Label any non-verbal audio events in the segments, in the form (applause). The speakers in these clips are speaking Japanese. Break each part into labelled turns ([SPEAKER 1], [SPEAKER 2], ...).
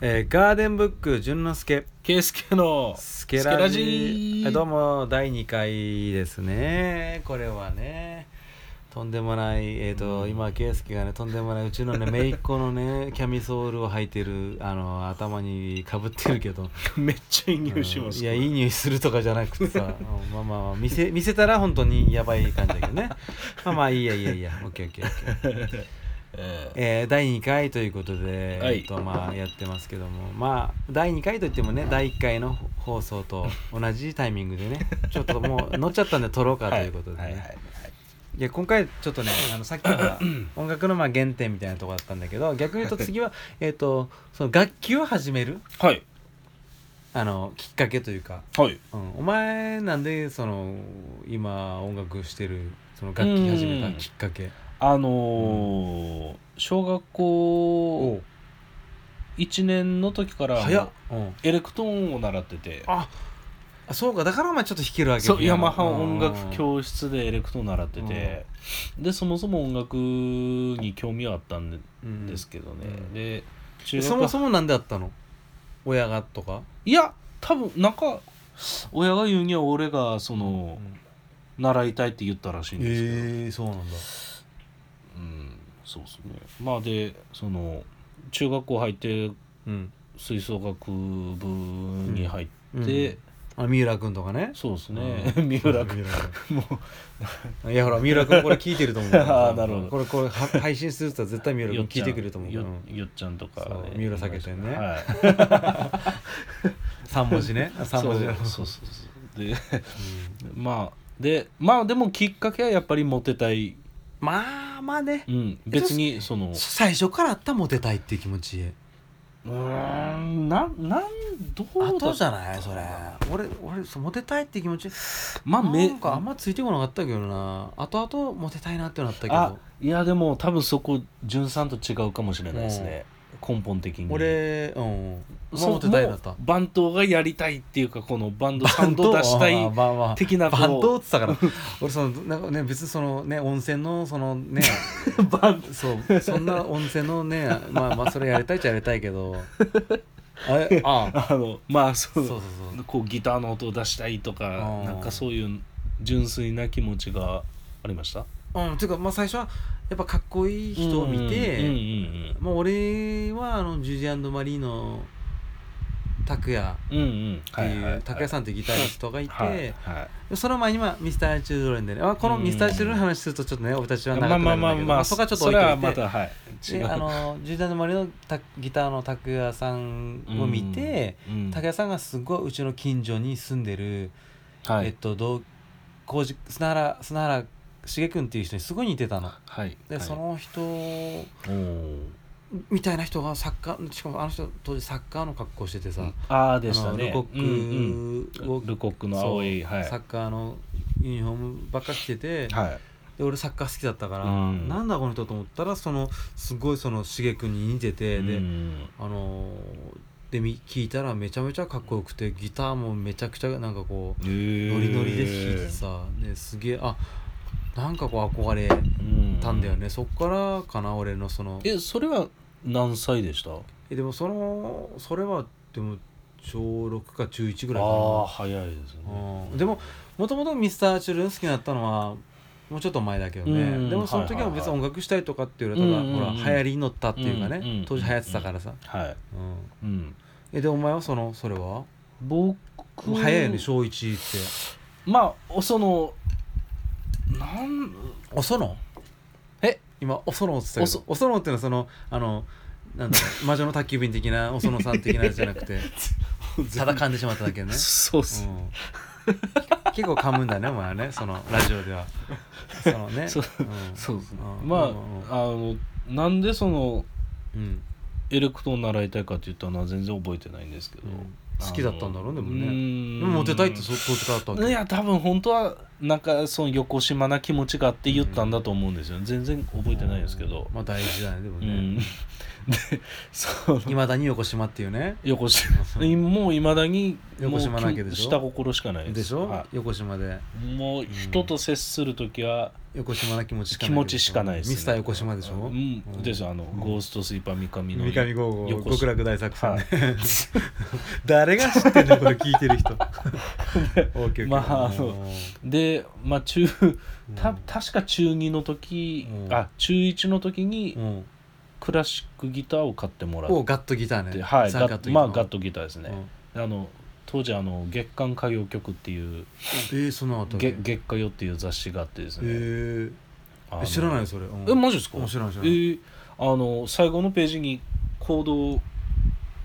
[SPEAKER 1] えーガーデンブック淳之介
[SPEAKER 2] ケイスケの
[SPEAKER 1] スケラジ
[SPEAKER 2] スケラジ
[SPEAKER 1] えどうも第2回ですねこれはねとんでもないえっ、と、今圭介がねとんでもないうちの
[SPEAKER 2] (laughs)
[SPEAKER 1] ね姪っ子のねキャミソールを履いてるあの頭にかぶってるけど
[SPEAKER 2] めっちゃいい匂いします、
[SPEAKER 1] うんいやいい匂いするとかじゃなくてさうんまあまあまあ見せ見せたら本当にやばい感じだけどねまあまあいいやいいやいいやオッケーオッケーオッケー
[SPEAKER 2] え
[SPEAKER 1] えー第2回ということで、
[SPEAKER 2] はい
[SPEAKER 1] えっとまあ、やってますけどもまあ第2回といってもね第1回の放送
[SPEAKER 2] (laughs)
[SPEAKER 1] と同じタイミングでねちょっともう乗っちゃったんで撮ろう
[SPEAKER 2] ー
[SPEAKER 1] かということでね、
[SPEAKER 2] はいいはいはい
[SPEAKER 1] や今回ちょっとねあのさっき
[SPEAKER 2] (laughs)
[SPEAKER 1] は音楽のまあ原点みたいなとこだったんだけど逆に言うと次は、えっとその楽器を始める
[SPEAKER 2] はい
[SPEAKER 1] あのきっかけというか、
[SPEAKER 2] はい
[SPEAKER 1] うん、お前なんでその今音楽してるその楽器始めたきっかけ
[SPEAKER 2] あのー小学校
[SPEAKER 1] う
[SPEAKER 2] 1年の時から
[SPEAKER 1] 早っ、うん
[SPEAKER 2] エレクトーンを習ってて
[SPEAKER 1] ああそうかだからお前ちょっと弾けるわけ
[SPEAKER 2] そう
[SPEAKER 1] ピ
[SPEAKER 2] ヤ
[SPEAKER 1] アノ
[SPEAKER 2] マハ音楽教室でエレクトーン習っててでそもそも音楽に興味はあったんで
[SPEAKER 1] うん
[SPEAKER 2] ですけどね、
[SPEAKER 1] うん
[SPEAKER 2] で中
[SPEAKER 1] で
[SPEAKER 2] 学
[SPEAKER 1] そもそもなんであったの親がとか
[SPEAKER 2] いや多分なんか親が言うには俺がその、習いたいって言ったらしいんですけど、
[SPEAKER 1] えそうなんだ
[SPEAKER 2] うんそうですねまあでその中学校入って
[SPEAKER 1] うん
[SPEAKER 2] 吹奏楽部に入って、
[SPEAKER 1] あ三浦君とかね
[SPEAKER 2] そうですね、三浦君も
[SPEAKER 1] (laughs) いやほら三浦君これ聞いてると思う
[SPEAKER 2] (laughs) ああなるほど
[SPEAKER 1] これこれは配信すると絶対三
[SPEAKER 2] う
[SPEAKER 1] 浦君聞いてくれると思う
[SPEAKER 2] よ
[SPEAKER 1] うん
[SPEAKER 2] よっちゃんとか、
[SPEAKER 1] そう三浦避けてね
[SPEAKER 2] はい
[SPEAKER 1] 三文字ね
[SPEAKER 2] (laughs)
[SPEAKER 1] あ (laughs) 三文字の
[SPEAKER 2] そうそうそうそうで (laughs) まあでまあでもきっかけはやっぱりモテたい、
[SPEAKER 1] まあまあね
[SPEAKER 2] うん、別にその
[SPEAKER 1] 最初からあったモテたいっていう気持ち
[SPEAKER 2] うーんなんなんどうだ
[SPEAKER 1] 後じゃないそれ俺俺そうモテたいって気持ち
[SPEAKER 2] まあめ
[SPEAKER 1] なんかあんまついてこなかったけどな後々モテたいなってなったけ
[SPEAKER 2] あ
[SPEAKER 1] ど
[SPEAKER 2] いやでも多分そこ潤さんと違うかもしれないですね、根本的に
[SPEAKER 1] 俺うん
[SPEAKER 2] そう
[SPEAKER 1] モテたいだった
[SPEAKER 2] もうバンドがやりたいっていうかこのバンドサウンドを
[SPEAKER 1] (laughs)
[SPEAKER 2] 出したい
[SPEAKER 1] あーまあまあ
[SPEAKER 2] 的なこう
[SPEAKER 1] バンドって言ってたから (laughs) 俺そのなんかね別にそのね温泉のそのね
[SPEAKER 2] バン
[SPEAKER 1] (laughs) そうそんな温泉のねまあまあそれやりたいっちゃやりたいけどあ (laughs) れあ
[SPEAKER 2] あのまあそ
[SPEAKER 1] そう
[SPEAKER 2] う
[SPEAKER 1] そうそう
[SPEAKER 2] こうギターの音を出したいとか
[SPEAKER 1] あー
[SPEAKER 2] なんかそういう純粋な気持ちがありました
[SPEAKER 1] うんていうかまあ最初はやっぱかっこいい人を見て、
[SPEAKER 2] うんうん
[SPEAKER 1] まあ俺はあのジュジーマリーの拓也
[SPEAKER 2] うんうんうん
[SPEAKER 1] っていう拓也さんっていうギタリストがいて、
[SPEAKER 2] はいはい
[SPEAKER 1] その前にはミスター・チュードレンでね、まあ、この
[SPEAKER 2] うん
[SPEAKER 1] ミスター・チュードレンの話するとちょっとね俺たちは長く
[SPEAKER 2] ま
[SPEAKER 1] な
[SPEAKER 2] あ
[SPEAKER 1] るんだ
[SPEAKER 2] まあ
[SPEAKER 1] けど、
[SPEAKER 2] まあまあ
[SPEAKER 1] そこはちょっと
[SPEAKER 2] そ
[SPEAKER 1] 置いと
[SPEAKER 2] れ
[SPEAKER 1] い
[SPEAKER 2] は
[SPEAKER 1] て
[SPEAKER 2] またはい違
[SPEAKER 1] で
[SPEAKER 2] う
[SPEAKER 1] あの10代の周りのたギターの拓也さんを見て、
[SPEAKER 2] うんうん
[SPEAKER 1] 拓也さんがすごいうちの近所に住んでる、
[SPEAKER 2] は
[SPEAKER 1] えっ
[SPEAKER 2] い
[SPEAKER 1] と同工事砂原砂原茂君っていう人にすごい似てたの。
[SPEAKER 2] はい
[SPEAKER 1] で、
[SPEAKER 2] はい
[SPEAKER 1] その人
[SPEAKER 2] おー
[SPEAKER 1] みたいな人がサッカーしかもあの人当時サッカーの格好しててさ、
[SPEAKER 2] ああ
[SPEAKER 1] あ
[SPEAKER 2] でした
[SPEAKER 1] のル
[SPEAKER 2] ね
[SPEAKER 1] コックを、
[SPEAKER 2] ルコックの青い
[SPEAKER 1] そう
[SPEAKER 2] はい
[SPEAKER 1] サッカーのユニフォームばっか着てて、
[SPEAKER 2] はい
[SPEAKER 1] で俺サッカー好きだったから、
[SPEAKER 2] うん
[SPEAKER 1] なんだこの人と思ったらそのすごいそのしげ君に似てて、
[SPEAKER 2] う
[SPEAKER 1] で
[SPEAKER 2] ん
[SPEAKER 1] あのーでみ聞いたらめちゃめちゃかっこよくてギターもめちゃくちゃなんかこうノ
[SPEAKER 2] ノ
[SPEAKER 1] リノリで弾いてさ、ですげえあなんかこう憧れたんだよね、そっからかな俺のその
[SPEAKER 2] えそれは何歳でした
[SPEAKER 1] えでもそのそれはでも小6か中1ぐらいかな
[SPEAKER 2] ああ早いですね
[SPEAKER 1] うんでももともとミスターチュルン好きになったのはもうちょっと前だけどね、
[SPEAKER 2] うん
[SPEAKER 1] でもその時は別に音楽したいとかっていうよりはただ、
[SPEAKER 2] うんうんうん
[SPEAKER 1] ほら流行りに乗ったっていうかね、
[SPEAKER 2] うんうん
[SPEAKER 1] 当時流行ってたからさ、
[SPEAKER 2] はい
[SPEAKER 1] うん
[SPEAKER 2] うん
[SPEAKER 1] えでお前はそのそれは
[SPEAKER 2] 僕
[SPEAKER 1] もう早いよね小1って
[SPEAKER 2] まあそのなん
[SPEAKER 1] おその (laughs)
[SPEAKER 2] え
[SPEAKER 1] 今おそのって言ってたけどおそのっていうのはそのあのなんだろう魔女の宅急便的なおそのさん的なやつじゃな
[SPEAKER 2] (laughs)
[SPEAKER 1] くてただ噛んでしまっただけね
[SPEAKER 2] そうっす
[SPEAKER 1] うん結構噛むんだねお前はねそのラジオではそのね
[SPEAKER 2] そう
[SPEAKER 1] うん
[SPEAKER 2] そうですね
[SPEAKER 1] うん
[SPEAKER 2] まあ
[SPEAKER 1] うん
[SPEAKER 2] あのなんでその
[SPEAKER 1] うん
[SPEAKER 2] エレクトーン習いたいかって言ったのは全然覚えてないんですけど
[SPEAKER 1] うん好きだったんだろうねでもね
[SPEAKER 2] うーん
[SPEAKER 1] でもモテたいってそ当時からあったわけ
[SPEAKER 2] いや多分本当はなんかその横島な気持ちがあって言ったんだと思うんですよ、全然覚えてないですけど、
[SPEAKER 1] まあ大事だねでも
[SPEAKER 2] う
[SPEAKER 1] ね
[SPEAKER 2] ん、でその
[SPEAKER 1] いまだに横島っていうね
[SPEAKER 2] 横島もういまだにも
[SPEAKER 1] 横
[SPEAKER 2] う
[SPEAKER 1] 島なわけでしょ
[SPEAKER 2] 下心しかないです
[SPEAKER 1] でしょ、
[SPEAKER 2] は
[SPEAKER 1] 横島で
[SPEAKER 2] いもう人と接する時は
[SPEAKER 1] 横島な気持ちしかない
[SPEAKER 2] 気持ちしかないです、
[SPEAKER 1] ミスター横島でしょ、
[SPEAKER 2] うん、ですあの、ゴーストスイーパー三上の
[SPEAKER 1] 三上豪吾
[SPEAKER 2] 横
[SPEAKER 1] 極楽大作戦、
[SPEAKER 2] は
[SPEAKER 1] ね
[SPEAKER 2] い
[SPEAKER 1] (laughs) 誰が知ってんのこれ聞いてる
[SPEAKER 2] (laughs)
[SPEAKER 1] 人 OK
[SPEAKER 2] まああのでまあ中た確か中2の時、
[SPEAKER 1] うん
[SPEAKER 2] あ中1の時に
[SPEAKER 1] うん
[SPEAKER 2] クラシックギターを買ってもらっ
[SPEAKER 1] おガットギター
[SPEAKER 2] て、
[SPEAKER 1] ね
[SPEAKER 2] はい
[SPEAKER 1] ザ
[SPEAKER 2] ガッまあガ
[SPEAKER 1] ト
[SPEAKER 2] ットギターです
[SPEAKER 1] ギタ
[SPEAKER 2] ね
[SPEAKER 1] ー、うん
[SPEAKER 2] あの当時あの月刊歌謡曲っていう
[SPEAKER 1] えー、そのあたり
[SPEAKER 2] 月月歌謡っていう雑誌があってです
[SPEAKER 1] え
[SPEAKER 2] ね、
[SPEAKER 1] ー
[SPEAKER 2] あの
[SPEAKER 1] え知らないよそれ、うん
[SPEAKER 2] えマジですか
[SPEAKER 1] うん知らない知ら
[SPEAKER 2] え
[SPEAKER 1] ない、
[SPEAKER 2] ーあの最後のページに行動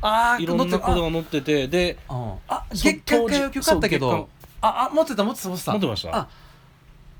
[SPEAKER 1] あー
[SPEAKER 2] いろんな
[SPEAKER 1] 載って
[SPEAKER 2] 行
[SPEAKER 1] る
[SPEAKER 2] 動が載っててで
[SPEAKER 1] あうんあ
[SPEAKER 2] そ
[SPEAKER 1] 月刊
[SPEAKER 2] 当時
[SPEAKER 1] 歌謡曲あったけ
[SPEAKER 2] そう
[SPEAKER 1] どああ持ってた持ってた持ってた
[SPEAKER 2] 持ってました
[SPEAKER 1] あ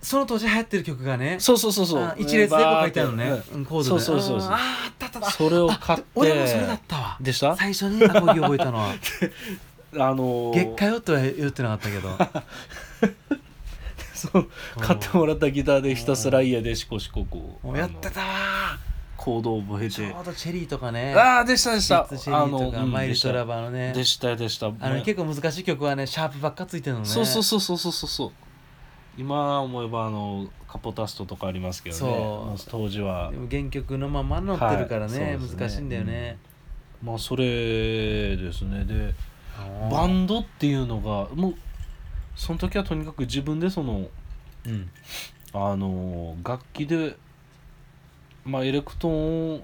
[SPEAKER 1] その当時流行ってる曲がね
[SPEAKER 2] そうそうそうそう
[SPEAKER 1] あ一列でこう書いてあるの
[SPEAKER 2] バー
[SPEAKER 1] ね
[SPEAKER 2] って、
[SPEAKER 1] うん、コードで
[SPEAKER 2] そうそうそうそう
[SPEAKER 1] あーあったあったあった
[SPEAKER 2] それを買っ
[SPEAKER 1] あ
[SPEAKER 2] て
[SPEAKER 1] 俺もそれだったわ
[SPEAKER 2] でした
[SPEAKER 1] 最初にアコギ覚えたの
[SPEAKER 2] (laughs)
[SPEAKER 1] は
[SPEAKER 2] あの
[SPEAKER 1] 月下よとは言ってなかった
[SPEAKER 2] (laughs)
[SPEAKER 1] けど
[SPEAKER 2] そう買ってもらったギターでひたすら家でシコシコこう
[SPEAKER 1] もうやってたわ
[SPEAKER 2] 行動を覚え
[SPEAKER 1] ーち
[SPEAKER 2] て
[SPEAKER 1] ょうどチェリーとかね
[SPEAKER 2] ああでしたでした
[SPEAKER 1] シッツチェリーとか
[SPEAKER 2] うん
[SPEAKER 1] マイルトラバーのね
[SPEAKER 2] でしたでした
[SPEAKER 1] あの
[SPEAKER 2] もう
[SPEAKER 1] 結構難しい曲はねシャープばっかついてるのね
[SPEAKER 2] そうそうそうそうそうそうそう今思えばあのカポタストとかありますけどね
[SPEAKER 1] そう
[SPEAKER 2] もう当時は
[SPEAKER 1] でも原曲のまま乗ってるからね,、
[SPEAKER 2] はいそうですね
[SPEAKER 1] 難しいんだよね、
[SPEAKER 2] まあそれですねで
[SPEAKER 1] うん
[SPEAKER 2] バンドっていうのがもうその時はとにかく自分でその
[SPEAKER 1] うん
[SPEAKER 2] あの楽器でまあエレクトーンを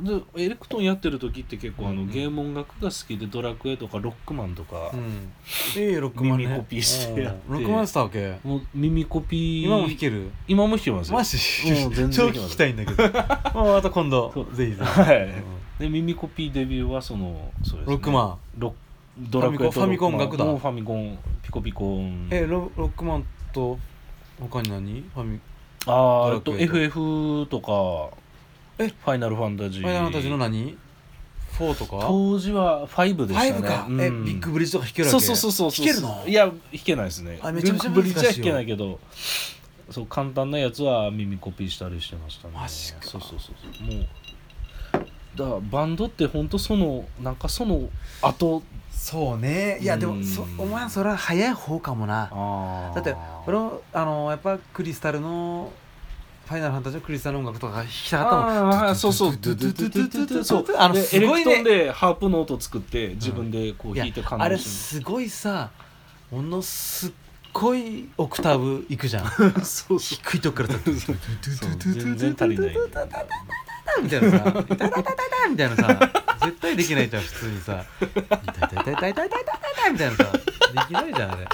[SPEAKER 2] でエレクトーンやってる時って結構あ
[SPEAKER 1] うんう
[SPEAKER 2] の
[SPEAKER 1] ん
[SPEAKER 2] ゲーム音楽が好きで「ドラクエ」とか「ロックマン」とか、
[SPEAKER 1] うんええロックマンね
[SPEAKER 2] 耳コピーしてやって
[SPEAKER 1] うんロックマンしたわけ
[SPEAKER 2] もう耳コピー
[SPEAKER 1] 今も弾ける
[SPEAKER 2] 今も弾けますよ
[SPEAKER 1] マジ
[SPEAKER 2] うん全然
[SPEAKER 1] 超
[SPEAKER 2] 弾けま
[SPEAKER 1] 聞
[SPEAKER 2] す
[SPEAKER 1] きたいんだけ
[SPEAKER 2] (laughs)
[SPEAKER 1] どもうまた今度
[SPEAKER 2] そう
[SPEAKER 1] ぜひぜひ
[SPEAKER 2] はい、
[SPEAKER 1] うん
[SPEAKER 2] で耳コピーデビューはそのそうです、ね、
[SPEAKER 1] ロックマン
[SPEAKER 2] ロドラクエと
[SPEAKER 1] ファミコン
[SPEAKER 2] ロッ
[SPEAKER 1] ファミコン楽
[SPEAKER 2] クマ
[SPEAKER 1] だ
[SPEAKER 2] もうファミコンピコピコン
[SPEAKER 1] えロロックマンと他に何ファミド
[SPEAKER 2] あー
[SPEAKER 1] ラ
[SPEAKER 2] あ
[SPEAKER 1] ク
[SPEAKER 2] と
[SPEAKER 1] エと
[SPEAKER 2] FF とか
[SPEAKER 1] え
[SPEAKER 2] ファイナルファンタジー
[SPEAKER 1] ファイナルたちの何 ?4 とか
[SPEAKER 2] 当時は5でしたね
[SPEAKER 1] 5か、
[SPEAKER 2] うん
[SPEAKER 1] えビッグブリッジとか弾けるわ
[SPEAKER 2] そ
[SPEAKER 1] け
[SPEAKER 2] うそうそうそうそう
[SPEAKER 1] 弾けるの
[SPEAKER 2] いや弾けないですね
[SPEAKER 1] あめちゃめちゃ
[SPEAKER 2] ビッグブリッジは
[SPEAKER 1] 難しい
[SPEAKER 2] 弾
[SPEAKER 1] よ
[SPEAKER 2] けないけどそう簡単なやつは耳コピーしたりしてましたね
[SPEAKER 1] マジか
[SPEAKER 2] そうそうそうそうもうだからバンドって本当そのなんかその後
[SPEAKER 1] そうねいやで
[SPEAKER 2] う
[SPEAKER 1] も
[SPEAKER 2] ん
[SPEAKER 1] そお前それは早い方かもな
[SPEAKER 2] あ
[SPEAKER 1] だって俺もあのやっぱクリスタルのファイナルファンタジーのクリスタルの音楽とか弾きたかったもん
[SPEAKER 2] ああそうそう
[SPEAKER 1] ドゥドゥドゥドゥドゥドゥドゥドゥ
[SPEAKER 2] そう
[SPEAKER 1] あの
[SPEAKER 2] です
[SPEAKER 1] ごいね
[SPEAKER 2] エレクトーンでハープの音作って自分でこう
[SPEAKER 1] いや
[SPEAKER 2] 弾いて
[SPEAKER 1] あ
[SPEAKER 2] 感
[SPEAKER 1] れ
[SPEAKER 2] 動す
[SPEAKER 1] すごいさものすっごいオクターブいくじゃん
[SPEAKER 2] るそうそう
[SPEAKER 1] 低いとこからさドゥドゥドゥドゥドゥドゥドゥドゥ
[SPEAKER 2] 全然足りない
[SPEAKER 1] みたいなさ「タタタタタ」みたいなさ絶対できないじゃん普通にさ「タタタタタタタタ」みたいなさできないじゃんあれ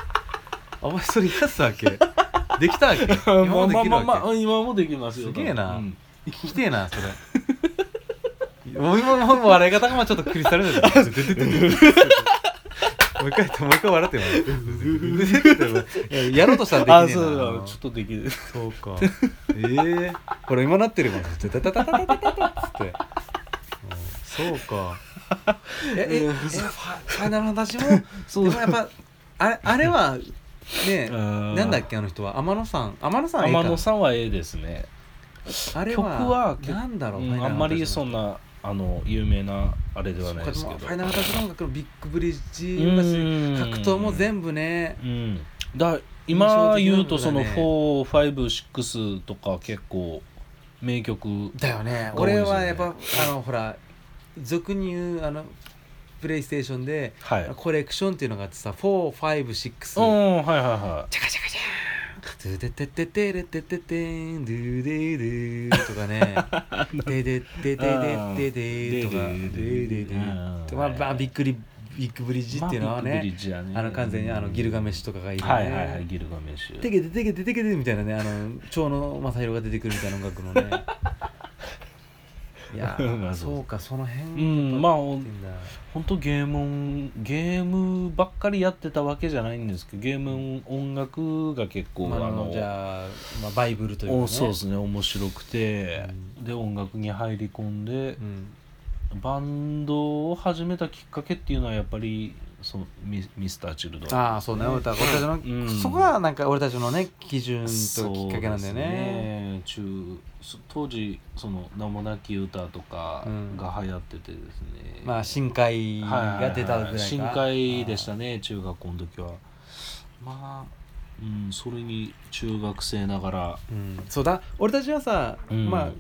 [SPEAKER 1] お前それやってたわけできたわけ今
[SPEAKER 2] まあ
[SPEAKER 1] もで
[SPEAKER 2] まあ
[SPEAKER 1] きる
[SPEAKER 2] まあま
[SPEAKER 1] わ
[SPEAKER 2] あ今もできますよ
[SPEAKER 1] すげえな
[SPEAKER 2] うん
[SPEAKER 1] け聞きてえなそれもう今もう笑い方がまあちょっとクリスタルだけどもう一回もう一回笑ってよやろうとしたら
[SPEAKER 2] あ
[SPEAKER 1] でき
[SPEAKER 2] そ
[SPEAKER 1] ね
[SPEAKER 2] う
[SPEAKER 1] え
[SPEAKER 2] だ
[SPEAKER 1] な
[SPEAKER 2] ちょっとできる
[SPEAKER 1] そうか。ええこれ今なってるもん。タタタタタタタタタっつって。うんそうか。えええ
[SPEAKER 2] うん
[SPEAKER 1] ファファイナルファンタジーも。
[SPEAKER 2] そ
[SPEAKER 1] でもやっぱあれあれはね
[SPEAKER 2] な
[SPEAKER 1] なんだっけあの人は天野さん天野さん
[SPEAKER 2] 天野
[SPEAKER 1] さ
[SPEAKER 2] さんは A ですね、
[SPEAKER 1] んあれ
[SPEAKER 2] 曲は
[SPEAKER 1] は
[SPEAKER 2] 結構
[SPEAKER 1] なんだろう、
[SPEAKER 2] うんあんまりそん
[SPEAKER 1] な
[SPEAKER 2] なあの有名なあれではないですけど
[SPEAKER 1] ファイナルファンタジーの音楽のビッグブリッジ
[SPEAKER 2] うん
[SPEAKER 1] だし格闘も全部ね
[SPEAKER 2] うんだ
[SPEAKER 1] 印象
[SPEAKER 2] 今
[SPEAKER 1] 的な
[SPEAKER 2] 言うとその
[SPEAKER 1] のがね
[SPEAKER 2] 456とか結構名曲
[SPEAKER 1] だよね
[SPEAKER 2] 多いで
[SPEAKER 1] 俺
[SPEAKER 2] すよね
[SPEAKER 1] はやっぱあのほら俗に言うあのプレイステーションで
[SPEAKER 2] はいうん
[SPEAKER 1] コレクションっていうのがあってさ456
[SPEAKER 2] はいはいは
[SPEAKER 1] チャカチャカチャーンドゥテテテテレテテテンドゥデードゥとかねデデデデデデデとかデデデデ
[SPEAKER 2] うん
[SPEAKER 1] まあまあびっくりビッグブリッジ
[SPEAKER 2] い
[SPEAKER 1] っていうのは
[SPEAKER 2] まあビッグブリ
[SPEAKER 1] ね
[SPEAKER 2] ッジやね
[SPEAKER 1] あの完全にあのギルガメッシュとかがいる
[SPEAKER 2] はいはいはい
[SPEAKER 1] ね
[SPEAKER 2] ギルガメッシ
[SPEAKER 1] テ
[SPEAKER 2] ュ
[SPEAKER 1] ケテテケテテケテみたいなねあの蝶野正宏が出てくるみたいな音楽の
[SPEAKER 2] (laughs)
[SPEAKER 1] ねいや
[SPEAKER 2] ま
[SPEAKER 1] ー
[SPEAKER 2] あそう
[SPEAKER 1] そうかその辺
[SPEAKER 2] うんまあほん
[SPEAKER 1] ってんだ
[SPEAKER 2] ほんとゲーム音ゲームばっかりやってたわけじゃないんですけどゲーム音楽が結構
[SPEAKER 1] まああのじゃあまあバイブルというか
[SPEAKER 2] お
[SPEAKER 1] ね
[SPEAKER 2] そうですね面白くて、で音楽に入り込んで
[SPEAKER 1] う、ん
[SPEAKER 2] バンドを始めたきっかけっていうのはやっぱりそのミミスター・チルドレン
[SPEAKER 1] ああそうね俺たち俺たちの、
[SPEAKER 2] ん
[SPEAKER 1] そこがなんか俺たちのね基準ときっかけなんだよね
[SPEAKER 2] ね中そ当時その名もなき歌とか
[SPEAKER 1] うん
[SPEAKER 2] が流行っててですね、
[SPEAKER 1] まあ深海が出たぐらいか、
[SPEAKER 2] 深海でしたね中学校の時はまあ、うん、それに中学生ながら
[SPEAKER 1] うん、そうだ俺たちはさ、
[SPEAKER 2] うん
[SPEAKER 1] まあ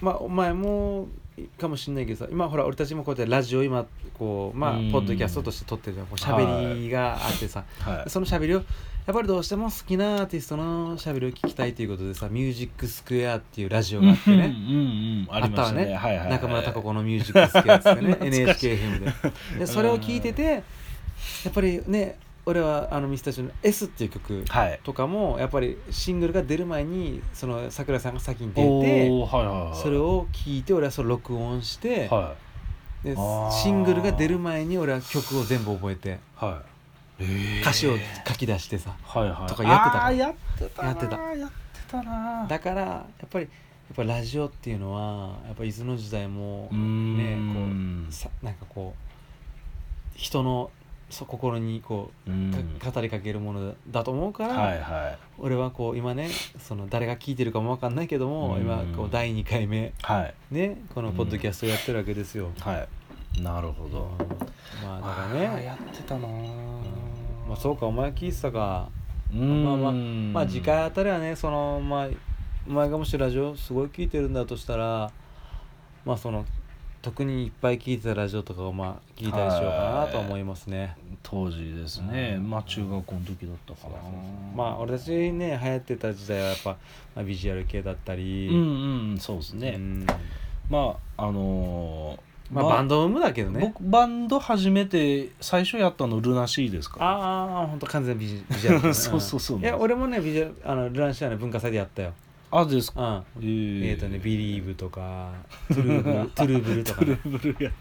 [SPEAKER 1] まあお前もかもしんないけどさ今ほら俺たちもこうやってラジオ今こうまあ
[SPEAKER 2] うん
[SPEAKER 1] ポッドキャストとして撮ってるじゃんこう喋りがあってさ、
[SPEAKER 2] はい
[SPEAKER 1] その喋りをやっぱりどうしても好きなアーティストの喋りを聞きたいということでさ「ミュージックスクエア」っていうラジオがあって
[SPEAKER 2] うんうん
[SPEAKER 1] ね
[SPEAKER 2] うんありまし
[SPEAKER 1] あったわ
[SPEAKER 2] たね
[SPEAKER 1] ね
[SPEAKER 2] はいはいはい、
[SPEAKER 1] 中村孝子の「ミュージックスクエア」ですよね
[SPEAKER 2] (laughs) 懐かしい
[SPEAKER 1] NHK 編ででそれを聞いててやっぱりね俺はあのミスタジオの「S」っていう曲
[SPEAKER 2] はい
[SPEAKER 1] とかもやっぱりシングルが出る前にその桜井さんが先に出
[SPEAKER 2] お
[SPEAKER 1] て
[SPEAKER 2] ーはいはいはい
[SPEAKER 1] それを聞いて俺はそれを録音して、
[SPEAKER 2] は
[SPEAKER 1] で
[SPEAKER 2] あー
[SPEAKER 1] シングルが出る前に俺は曲を全部覚えて
[SPEAKER 2] いはい、えー
[SPEAKER 1] 歌詞を書き出してさ
[SPEAKER 2] はいはい
[SPEAKER 1] とかやってた
[SPEAKER 2] あーやってたな
[SPEAKER 1] やってた
[SPEAKER 2] やってたな
[SPEAKER 1] だからやっぱりやっぱラジオっていうのはやっぱ伊豆の時代も
[SPEAKER 2] うーん
[SPEAKER 1] ねさなんかこう人のそう心にこ
[SPEAKER 2] う
[SPEAKER 1] う、
[SPEAKER 2] ん
[SPEAKER 1] か語りかけるものだと思うから、
[SPEAKER 2] はいはい
[SPEAKER 1] 俺はこう今ねその誰が聞いてるかもわかんないけども、
[SPEAKER 2] うん
[SPEAKER 1] 今こう第2回目
[SPEAKER 2] はい
[SPEAKER 1] ねこのポッドキャストやってるわけですよ、
[SPEAKER 2] はいなるほど
[SPEAKER 1] まあだから
[SPEAKER 2] あー
[SPEAKER 1] ね
[SPEAKER 2] やってたな
[SPEAKER 1] まあそうかお前聞いてたか
[SPEAKER 2] ま
[SPEAKER 1] まあまあまあ次回あたりはねそのまあお前がもしラジオすごい聞いてるんだとしたらまあその特にいっぱい聞いてたラジオとかをまあ聞いたりしようかなと思いますね
[SPEAKER 2] 当時ですねまあ中学校の時だったかな
[SPEAKER 1] まあ俺たちね流行ってた時代はやっぱ、まあ、ビジュアル系だったり、
[SPEAKER 2] うんうんそうですね、
[SPEAKER 1] うん
[SPEAKER 2] まああのー
[SPEAKER 1] まあバンドもだけどね
[SPEAKER 2] 僕バンド始めて最初やったのルナシーですか
[SPEAKER 1] ああ本当完全ビジビジュアルだね
[SPEAKER 2] (laughs) そうそうそう
[SPEAKER 1] いや俺もねビジュアルあのルランシアの文化祭でやったよ
[SPEAKER 2] あです
[SPEAKER 1] う
[SPEAKER 2] か
[SPEAKER 1] ん
[SPEAKER 2] えー
[SPEAKER 1] えーとね、ビリーブとか、トゥルーブ
[SPEAKER 2] (laughs)
[SPEAKER 1] ル、トゥルーブルとか、
[SPEAKER 2] トゥ
[SPEAKER 1] ね
[SPEAKER 2] ルブルやっ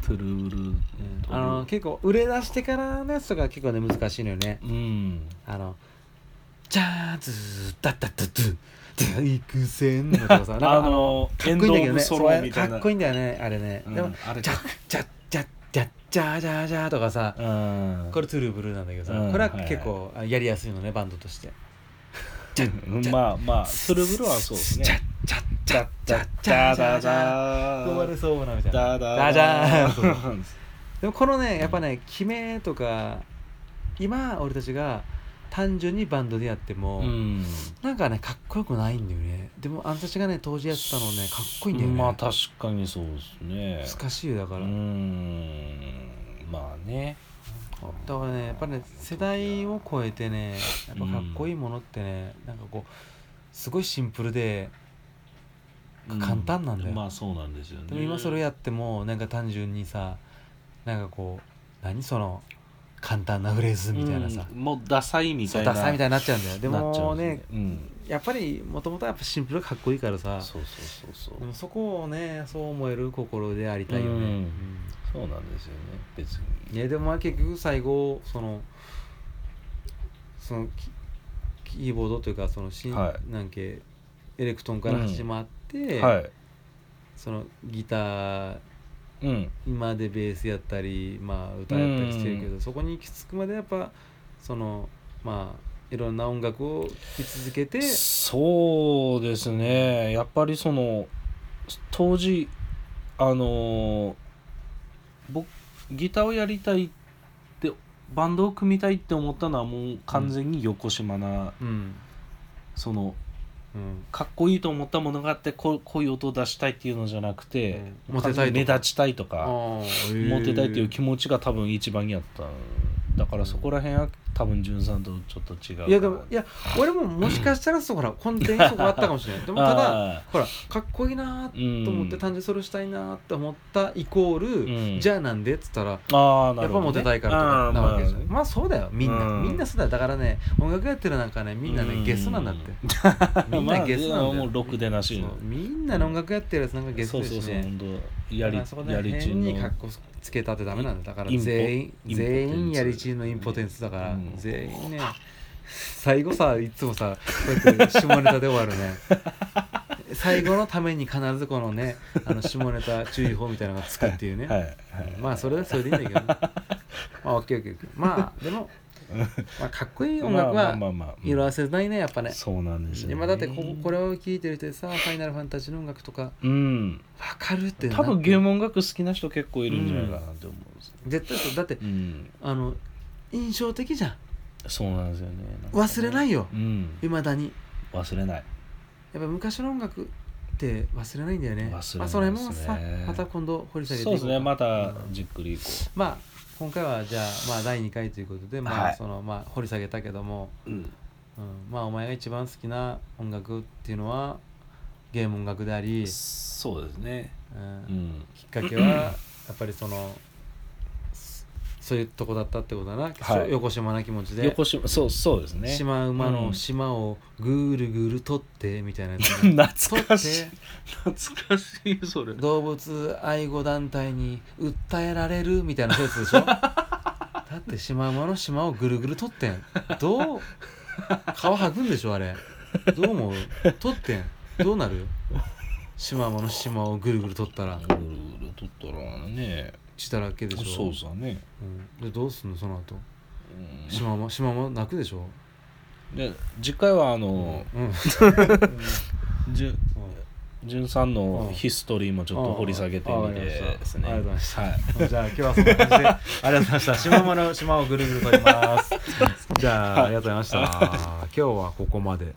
[SPEAKER 2] たトゥルブル、
[SPEAKER 1] うんあの結構売れ出してからのやつとか結構ね難しいのよね。
[SPEAKER 2] うん
[SPEAKER 1] あの、ジャーズダッダッダッドゥ、大苦戦のとかさ、なんか
[SPEAKER 2] あの
[SPEAKER 1] かっこいいんだけどね、
[SPEAKER 2] エンドオブソロ
[SPEAKER 1] そう
[SPEAKER 2] みたいな
[SPEAKER 1] かっこいいんだよね、あれね。
[SPEAKER 2] うん
[SPEAKER 1] でも、
[SPEAKER 2] あれ
[SPEAKER 1] ジャッジャッジャッジャッジャージャージャーとかさ、
[SPEAKER 2] うん
[SPEAKER 1] これトゥルーブルなんだけどさ、
[SPEAKER 2] うん
[SPEAKER 1] これは結構あやりやすいのね、バンドとして。ジャッ
[SPEAKER 2] うんまあまあトゥルブルはそうですね
[SPEAKER 1] ジャッジャッジャッジャッジャージャージャー。生まれそうなみたいな。
[SPEAKER 2] ダダ
[SPEAKER 1] ダ
[SPEAKER 2] ダ
[SPEAKER 1] ージャーンでもこのねやっぱね決めとか今俺たちが単純にバンドでやっても、
[SPEAKER 2] うん
[SPEAKER 1] なんかねかっこよくないんだよねでもあんたたちがね当時やってたのねかっこいいんだよね、
[SPEAKER 2] まあ確かにそうですね
[SPEAKER 1] 難しいよだから、
[SPEAKER 2] うんまあね
[SPEAKER 1] だからねやっぱね世代を超えてねやっぱかっこいいものってね、なんかこうすごいシンプルで
[SPEAKER 2] うん
[SPEAKER 1] 簡単なんだよ
[SPEAKER 2] まあそうなんですよね
[SPEAKER 1] でも今それをやってもなんか単純にさなんかこう何その簡単なフレーズみたいなさ、
[SPEAKER 2] うんもうダサいみた
[SPEAKER 1] そう
[SPEAKER 2] いな
[SPEAKER 1] ダサいみたいになっちゃうんだよで
[SPEAKER 2] なっちゃ
[SPEAKER 1] も
[SPEAKER 2] うんです
[SPEAKER 1] ね
[SPEAKER 2] うん
[SPEAKER 1] やっぱりもともとはやっぱシンプルがかっこいいからさ
[SPEAKER 2] そうそうそうそう
[SPEAKER 1] でもそこをねそう思える心でありたいよね、
[SPEAKER 2] うん
[SPEAKER 1] うん
[SPEAKER 2] そうなんですよね別に
[SPEAKER 1] いやでもまあ結局最後そのそのキキーボードというかそのシン、
[SPEAKER 2] は
[SPEAKER 1] なんけエレクトンから始まって、
[SPEAKER 2] はい
[SPEAKER 1] そのギター
[SPEAKER 2] うん
[SPEAKER 1] 今でベースやったり、まあ、歌やったりしてるけど、
[SPEAKER 2] う
[SPEAKER 1] そこに行き着くまでやっぱそのまあいろんな音楽を聴き続けて
[SPEAKER 2] そうですねやっぱりその当時あのー僕ギターをやりたいってバンドを組みたいって思ったのはもう完全に横島な、
[SPEAKER 1] うん
[SPEAKER 2] その
[SPEAKER 1] うん
[SPEAKER 2] かっこいいと思ったものがあってこうこういう音を出したいっていうのじゃなくて、
[SPEAKER 1] うんモテたいとか
[SPEAKER 2] 目立ちたいとか
[SPEAKER 1] あーへー
[SPEAKER 2] モテたいっていう気持ちが多分一番にあっただからそこら辺は多分潤さんとちょっと違うかない
[SPEAKER 1] やでもいや俺ももしかしたらそうほら根底にそこあったかもしれないでもただ
[SPEAKER 2] あ
[SPEAKER 1] ほらかっこいいな
[SPEAKER 2] ー
[SPEAKER 1] ー
[SPEAKER 2] うん
[SPEAKER 1] と思って単純にそれをしたいなーって思ったイコール、
[SPEAKER 2] うん
[SPEAKER 1] じゃあなんでっつったら
[SPEAKER 2] ああな
[SPEAKER 1] やっ
[SPEAKER 2] る
[SPEAKER 1] ぱ
[SPEAKER 2] ほど、ね、
[SPEAKER 1] モテたいからとかなわけじゃん、
[SPEAKER 2] あー
[SPEAKER 1] まあそうだよみんな、
[SPEAKER 2] うん
[SPEAKER 1] みんなそうだよだからね音楽やってるなんかねみんなね、
[SPEAKER 2] うん
[SPEAKER 1] ゲスなんだって
[SPEAKER 2] (laughs) まあ
[SPEAKER 1] みんなゲスなんだよ、
[SPEAKER 2] まあもうろくでなし
[SPEAKER 1] そうみんなの音楽やってるやつなんかゲス
[SPEAKER 2] そう
[SPEAKER 1] だし
[SPEAKER 2] そう
[SPEAKER 1] ね
[SPEAKER 2] そう本当
[SPEAKER 1] だか
[SPEAKER 2] やり
[SPEAKER 1] らそこ
[SPEAKER 2] や
[SPEAKER 1] で
[SPEAKER 2] りち
[SPEAKER 1] 変
[SPEAKER 2] んの
[SPEAKER 1] に格好つけたってダメなんだよだから
[SPEAKER 2] インポ
[SPEAKER 1] 全員
[SPEAKER 2] インポテンツ
[SPEAKER 1] 全員やりちんのインポテンツだから、
[SPEAKER 2] うん
[SPEAKER 1] 全員ね最後さいつもさこうやって下ネタで終わる
[SPEAKER 2] (laughs)
[SPEAKER 1] ね最後のために必ずこのねあの下ネタ注意報みたいなのがつくっていうね、
[SPEAKER 2] はいはい
[SPEAKER 1] まあそれはそれでいいんだけどねまあオッケーオッケーオッケーまあで
[SPEAKER 2] (laughs)
[SPEAKER 1] も、まあ、かっこいい音
[SPEAKER 2] まあ
[SPEAKER 1] 楽
[SPEAKER 2] まあま
[SPEAKER 1] は
[SPEAKER 2] あまあ、うん
[SPEAKER 1] 色あせないねやっぱね
[SPEAKER 2] そうなんですよ、ね、
[SPEAKER 1] 今だってここれを聴いてる人でさ「ファイナルファンタジー」の音楽とか
[SPEAKER 2] うん
[SPEAKER 1] 分かるってな
[SPEAKER 2] 多分ゲーム音楽好きな人結構いるんじゃないかなって思うんですよ
[SPEAKER 1] 絶対そうだって
[SPEAKER 2] うん、
[SPEAKER 1] あの印象的じゃん
[SPEAKER 2] そうなんですよねなんかね
[SPEAKER 1] 忘れないよ
[SPEAKER 2] うん
[SPEAKER 1] いまだに
[SPEAKER 2] 忘れない
[SPEAKER 1] やっぱ昔の音楽って忘れないんだよね
[SPEAKER 2] 忘れないですね
[SPEAKER 1] まあ、それもさまた今度掘り下げて
[SPEAKER 2] そうですねまた
[SPEAKER 1] うん
[SPEAKER 2] じっくりこ
[SPEAKER 1] まあ今回はじゃあまあ第2回ということでま
[SPEAKER 2] は
[SPEAKER 1] あ
[SPEAKER 2] い
[SPEAKER 1] そのまあ掘り下げたけども、
[SPEAKER 2] う、うん、
[SPEAKER 1] うん、まあお前が一番好きな音楽っていうのはゲーム音楽であり、
[SPEAKER 2] そうですね
[SPEAKER 1] う、
[SPEAKER 2] うんん
[SPEAKER 1] きっかけはやっぱりそのそそういうとこだったってことだな、
[SPEAKER 2] はい
[SPEAKER 1] 横島な気持ちで
[SPEAKER 2] 横島そうそうですね
[SPEAKER 1] 島馬
[SPEAKER 2] う
[SPEAKER 1] の
[SPEAKER 2] ん
[SPEAKER 1] 島をぐるぐる取ってみたいなやつね
[SPEAKER 2] 懐かしい
[SPEAKER 1] 取っ
[SPEAKER 2] 懐かしいそれ
[SPEAKER 1] て動物愛護団体に訴えられるみたいなやつでし
[SPEAKER 2] (laughs)
[SPEAKER 1] ょだって島馬の島をぐるぐる取ってんどう皮剥くんでしょあれどう思う取ってんどうなる島馬の島をぐるぐる取ったら
[SPEAKER 2] ぐるぐる取ったらね
[SPEAKER 1] 血だらけでしょ
[SPEAKER 2] そうさね、
[SPEAKER 1] うん、でどうすんのその後
[SPEAKER 2] うん
[SPEAKER 1] 島馬島馬泣くでしょ
[SPEAKER 2] で次回はあの、
[SPEAKER 1] うん、う
[SPEAKER 2] (laughs)
[SPEAKER 1] ん
[SPEAKER 2] じゅん潤さんの
[SPEAKER 1] うん
[SPEAKER 2] ヒストリーもちょっと掘り下げてみてですね
[SPEAKER 1] あわかりました
[SPEAKER 2] はい
[SPEAKER 1] じゃあ今日はそんな感じでありがとうございました島間の島をぐるぐるとりますじゃあありがとうございました今日はここまで